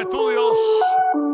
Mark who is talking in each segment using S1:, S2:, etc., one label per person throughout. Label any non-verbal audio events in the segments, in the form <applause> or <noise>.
S1: estudios.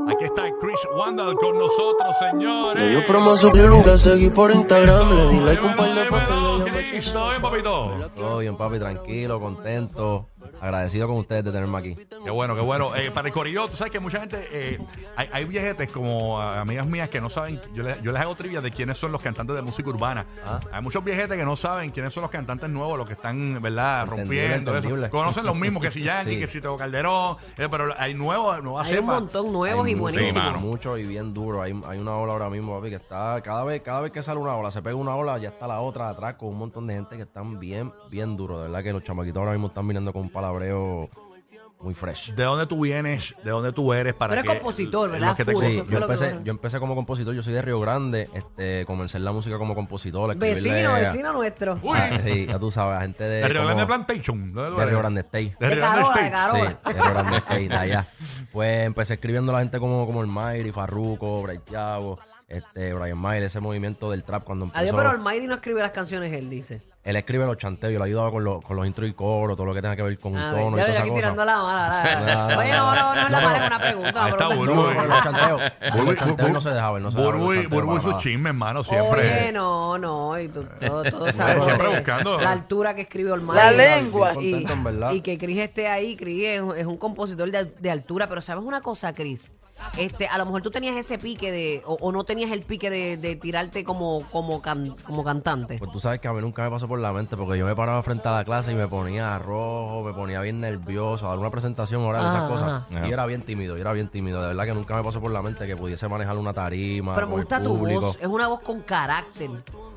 S1: Aquí está Chris Wandal con nosotros, señores.
S2: Le dio promo a su club, la seguí por Instagram, le di
S1: Dímelo,
S2: like un par de
S1: dímelo,
S2: fotos. y ella me-
S1: Chris, ¿todo bien, papito?
S3: Todo bien, papi, tranquilo, contento, agradecido con ustedes de tenerme aquí.
S1: Qué bueno, qué bueno. Eh, para el corillo, tú sabes que mucha gente, eh, hay, hay viejetes como ah, amigas mías que no saben, yo les, yo les hago trivia de quiénes son los cantantes de música urbana. Hay muchos viejetes que no saben quiénes son los cantantes nuevos, los que están, ¿verdad?,
S3: Entendible,
S1: rompiendo. eso.
S3: entendible.
S1: Conocen los mismos que si Yankee,
S3: Sí.
S1: que si Teo Calderón, eh, pero hay nuevos, nuevas
S4: Hay un
S1: cepas.
S4: montón nuevos
S3: Hay
S4: y
S3: mucho,
S4: buenísimos.
S5: mano.
S3: Mucho y bien duro. Hay, hay una ola ahora mismo, papi, que está. Cada vez, cada vez que sale una ola, se pega una ola, ya está la otra atrás con un montón de gente que están bien, bien duro. De verdad que los chamaquitos ahora mismo están mirando con un palabreo muy fresh.
S1: ¿De dónde tú vienes? ¿De dónde tú eres? Para
S4: Tú eres
S1: que-
S4: compositor,
S1: eh,
S4: ¿verdad?
S1: los que te
S4: Full.
S1: con-
S4: Eso
S3: Sí,
S4: fue
S3: yo
S4: lo que
S3: empecé,
S4: bueno.
S3: yo empecé como compositor, yo soy de Río Grande, este, comencé la música como compositor, escribirle
S4: Vecino,
S3: a-
S4: vecino nuestro.
S1: Uy.
S3: a- sí, ya tú sabes, a gente de,
S1: ¿De Río Grande
S3: como-
S1: Plantation? ¿Dónde tú
S3: de
S1: eres?
S3: Río Grande State.
S1: De
S4: De
S1: Río Grande
S4: Carola, de
S1: State.
S3: Sí,
S4: Carola.
S3: Terror and the State, de allá. Pues empecé escribiendo a la gente como, como el Mayri, Farruko, Bray Thiago, este, Brian Mayer, ese movimiento del trap cuando empezó.
S4: Adiós, pero Almighty no escribe las canciones él, dice.
S3: Él escribe los chanteos, yo le ayudaba con, los con los intro y coro, todo lo que tenga que ver con
S4: A ver,
S3: tono
S4: Ah,
S3: y
S4: ya lo
S3: toda
S4: estoy
S3: esa
S4: aquí tirando
S3: cosa.
S4: la mala.
S3: No,
S4: la-
S3: no,
S4: Oye,
S3: no,
S4: no, no, no es la
S3: no.
S4: mala, es una pregunta.
S1: Ahí
S4: una
S1: está
S4: pregunta.
S3: No, no, no, los chanteos.
S1: Burbu-
S3: Los chanteos él
S1: Burbu-
S3: no se dejaba, él Pues no se dejaba.
S1: Burbu,
S3: los
S1: y-
S3: chanteos
S1: Burbu y
S3: para
S1: sus
S3: nada.
S1: chismes, hermano,
S4: Oye,
S1: siempre.
S4: no, no, y tú, todo, todo sabemos
S1: siempre
S4: de
S1: buscando.
S4: la altura que escribió Almighty.
S3: La
S4: lengua.
S3: lengua.
S4: Y,
S3: Contento, en verdad.
S4: y que Chris esté ahí, Chris es, es un compositor de, de altura, pero ¿sabes una cosa, Chris? Este, a lo mejor tú tenías ese pique de, o, o no tenías el pique de, de tirarte como, como, can- como cantante.
S3: Pues tú sabes que a mí nunca me pasó por la mente porque yo me paraba frente a la clase y me ponía rojo, me ponía bien nervioso, a dar una presentación, oral,
S4: Ajá,
S3: esas cosas. Y
S5: ajá.
S3: yo era bien tímido, yo era bien tímido. De verdad que nunca me pasó por la mente que pudiese manejar una tarima.
S4: Pero me
S3: con el
S4: gusta tu
S3: Ah, público.
S4: voz, es una voz con carácter.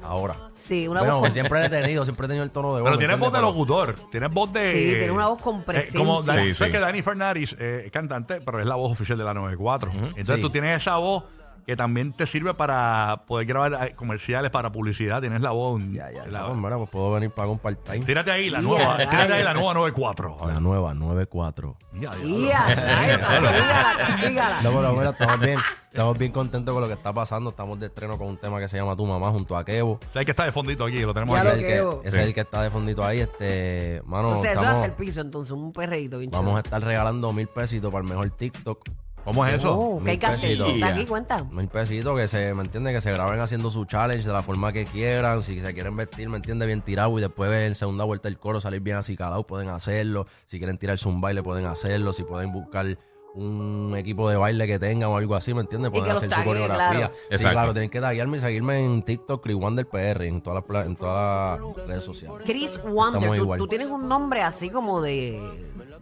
S3: Ahora.
S4: Sí, una
S3: Bueno,
S4: voz con...
S3: siempre he tenido, siempre he tenido el tono de voz.
S1: Pero
S3: ¿me
S1: tienes voz de
S3: entiendes? Pero-
S1: locutor, tienes voz de... Eh,
S4: Sí, tiene una voz con presencia.
S1: como Dani-
S5: Sí,
S1: Sabes
S5: sí.
S1: que Dani Fernández eh, es cantante, pero es la voz oficial de la 94. Entonces
S3: Sí.
S1: tú tienes esa voz que también te sirve para poder grabar eh, comerciales, para publicidad. Tienes la voz...
S3: Ya, ya,
S1: la-
S3: pues, mira, pues puedo venir para un part-time.
S1: Tírate ahí, la
S4: Ya,
S1: nueva.
S4: rayos.
S1: Tírate ahí, la nueva 94.
S3: La nueva 94.
S1: Ya, ya,
S3: <laughs>
S4: Tía, ay, dígala, dígala.
S3: No, pero mira, estamos bien, estamos bien contentos con lo que está pasando. Estamos de estreno con un tema que se llama Tu Mamá junto a Kevo.
S1: Sabes que está de fondito aquí, lo tenemos
S3: Ese,
S4: Ya
S1: aquí.
S4: lo
S3: es el, que,
S4: Kevo.
S3: ese es el que está de fondito ahí. Este, mano,
S4: O sea, eso es
S3: estamos-
S4: hasta el piso, entonces, un perreíto, bien
S3: vamos a
S4: chulo.
S3: estar regalando mil pesitos para el mejor TikTok.
S1: ¿Cómo es eso?
S4: Oh, ¿qué hay que hacer?
S3: Pesito.
S4: Está aquí, cuenta.
S3: Mil pesitos que se, ¿me entiende Que se graben haciendo su challenge de la forma que quieran. Si se quieren vestir, ¿me entiende Bien tirado y después en segunda vuelta el coro salir bien así calado, pueden hacerlo. Si quieren tirarse un baile, pueden hacerlo. Si pueden buscar un equipo de baile que tengan o algo así, ¿me entiendes?
S4: Y que
S3: Pueden
S4: los
S3: hacer su
S4: taguen,
S3: coreografía.
S4: claro.
S3: Sí,
S5: Exacto.
S3: claro, tienen que taguearme y seguirme en TikTok, del PR, en todas las pla- en todas las redes sociales.
S4: Chris Wonder,
S3: Estamos
S4: tú,
S3: igual.
S4: tú tienes un nombre así como de.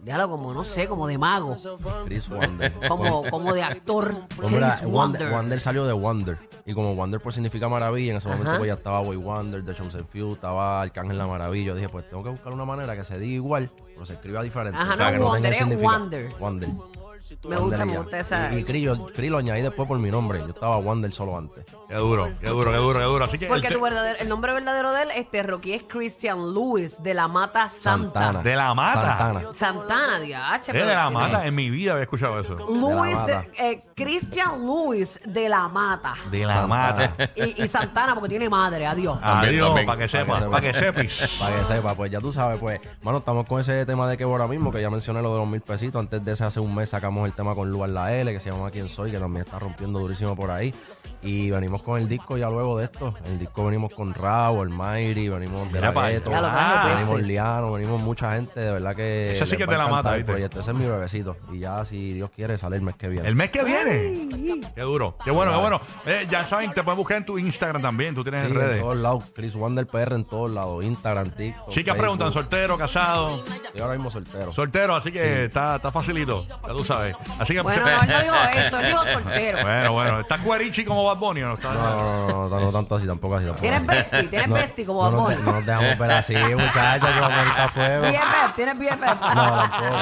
S4: de algo como, no sé, como de mago.
S3: Chris Wander.
S4: Como, como de actor.
S3: Pues mira,
S4: Chris Wonder.
S3: Wander. Wander salió de Wander. Y como Wander pues significa maravilla, en ese momento
S4: Ajá.
S3: pues ya estaba Boy Wander, The Chomps Few, estaba Arcángel La Maravilla. Yo dije, pues tengo que buscar una manera que se diga igual, pero se escriba diferente.
S4: Ajá, no,
S3: que
S4: Wander,
S3: tenga el
S4: es
S3: significado.
S4: Wander.
S3: Wander.
S4: Me
S3: Wander
S4: gusta,
S3: y
S4: me
S3: ya.
S4: gusta esa.
S3: Y, y Cri, yo- Cri lo añadí después por mi nombre. Yo estaba Wander solo antes.
S1: Qué duro, qué duro, qué duro, qué duro. Así que
S4: Porque
S1: el te-
S4: tu verdadero, el nombre verdadero de él, este Rocky, es Christian Lewis, de la Mata Santa.
S3: Santana.
S1: De la mata.
S3: Santana.
S4: Santana, diache.
S1: Eh, de la mata, en mi vida había escuchado eso.
S4: Luis
S3: De la Mata.
S4: de- eh, Christian Lewis de
S3: <laughs>
S4: la Mata.
S1: De la
S3: Santana.
S1: mata.
S4: Y, y Santana, porque tiene madre, adiós.
S3: Ah.
S5: También,
S1: Adiós,
S5: también.
S1: para que sepas, para que sepas.
S3: Para que sepa, pues ya tú sabes, pues, mano, estamos con ese tema de que ahora mismo, que ya mencioné lo de los mil pesitos. Antes de ese, hace un mes sacamos el tema con Luar La L, que se llama Quién Soy, que también está rompiendo durísimo por ahí. Y venimos con el disco ya luego de esto. En el disco venimos con Raúl, el Mayri, venimos de
S1: Mira pa' allá.
S3: Gueto,
S4: Ya lo trajo,
S3: ah, venimos
S4: vete.
S3: Liano, venimos mucha gente, de verdad que.
S1: Ese sí
S3: les
S1: que
S3: va
S1: te
S3: a
S1: la
S3: encantar
S1: mata,
S3: el
S1: ¿viste?
S3: proyecto. Ese es mi bebecito. Y ya, si Dios quiere, sale el mes que viene.
S1: El mes que viene. Qué duro. Qué bueno, qué bueno. Eh, ya saben, te pueden buscar en tu Instagram también. Tú tienes
S3: Sí,
S1: en
S3: en
S1: redes.
S3: todos lados. Chris Wander PR en todos lados. Instagram, TikTok.
S1: Chicas
S3: Facebook.
S1: preguntan, soltero, casado.
S3: Yo ahora mismo soltero.
S1: Soltero, así que está, está facilito. Ya tú sabes. Así que. <laughs>
S4: Bueno, no,
S3: <laughs>
S4: él no digo eso, él digo soltero.
S1: bueno, bueno. ¿Está cuerichi como Bad Bunny o no? Está-
S3: No, no, no, no, no tanto así, tampoco así. Tampoco
S4: Tienes
S3: así.
S4: bestie, tienes bestie como
S3: no,
S4: amor.
S3: nos de- no nos dejamos ver así, muchachos, que vamos a estar a fuego.
S4: BFF, tienes
S3: No,
S4: BFF.
S3: tampoco.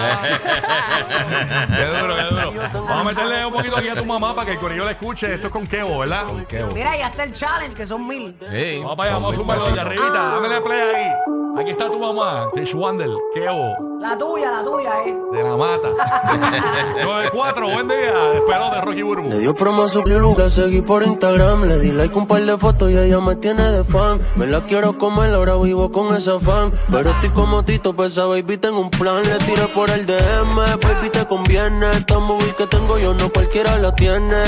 S1: Qué duro, qué duro. Vamos a meterle un poquito aquí a tu mamá para que el corillo la escuche. Esto es con Kevo, ¿verdad?
S3: Qué bo-
S4: Mira, ya está el challenge, que son mil.
S5: Hey.
S1: Vamos para allá, vamos a sumarlo de arribita. Dámele play ahí. Aquí está tu mamá, Chris Wander, Kevo,
S4: La tuya, la tuya, eh.
S1: de la <laughs> mata. 9-4, buen día. Despegado de Rocky Burbu.
S2: Le dio promo a su club, la seguí por Instagram, le di like un par de fotos y ella me tiene de fan. Me la quiero comer, ahora vivo con pues esa fan. Pero estoy como Tito, pesa baby, tengo un plan. Le tiré por el DM, baby, te conviene. Esta móvil que tengo yo no cualquiera la tiene.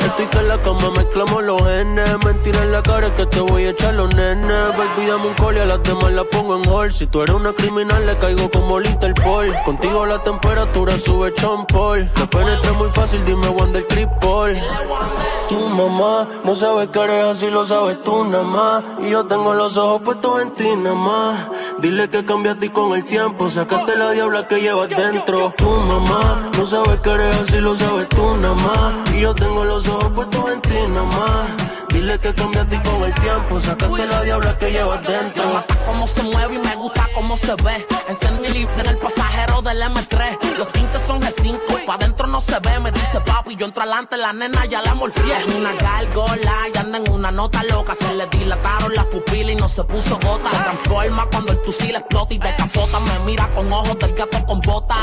S2: Estoy que en la cama mezclamos los genes. Mentira en la cara que te voy a echar los nenes. Baby, dame un call y a las demás la pongo en hall. Si tú eres una criminal, le caigo como el Interpol. Contigo la temperatura sube Sean Paul. Te penetré muy fácil, dime Wander Cripple. Tu mamá no sabe que eres así, lo sabes tú nada más. Y yo tengo los ojos puestos en ti nada más. Dile que cambiaste con el tiempo, sacaste la diabla que llevas dentro. Tu mamá no sabe que eres así, lo sabes tú nada más. Y yo tengo los ojos puestos en ti nada más. Dile que cambiaste con el tiempo, sacaste la diabla que llevas dentro.
S5: Cómo se mueve y me gusta cómo se ve. Encendí libre en el pasajero del M3. Los tintes son G5, pa' adentro no se ve. Me dice papi, yo entro adelante, la nena ya la morfía. Es una gárgola y anda en una nota loca. Se le dilataron las pupilas y no se puso gota. Se transforma cuando el fusil explota y decapota. Me mira con ojos del gato con bota.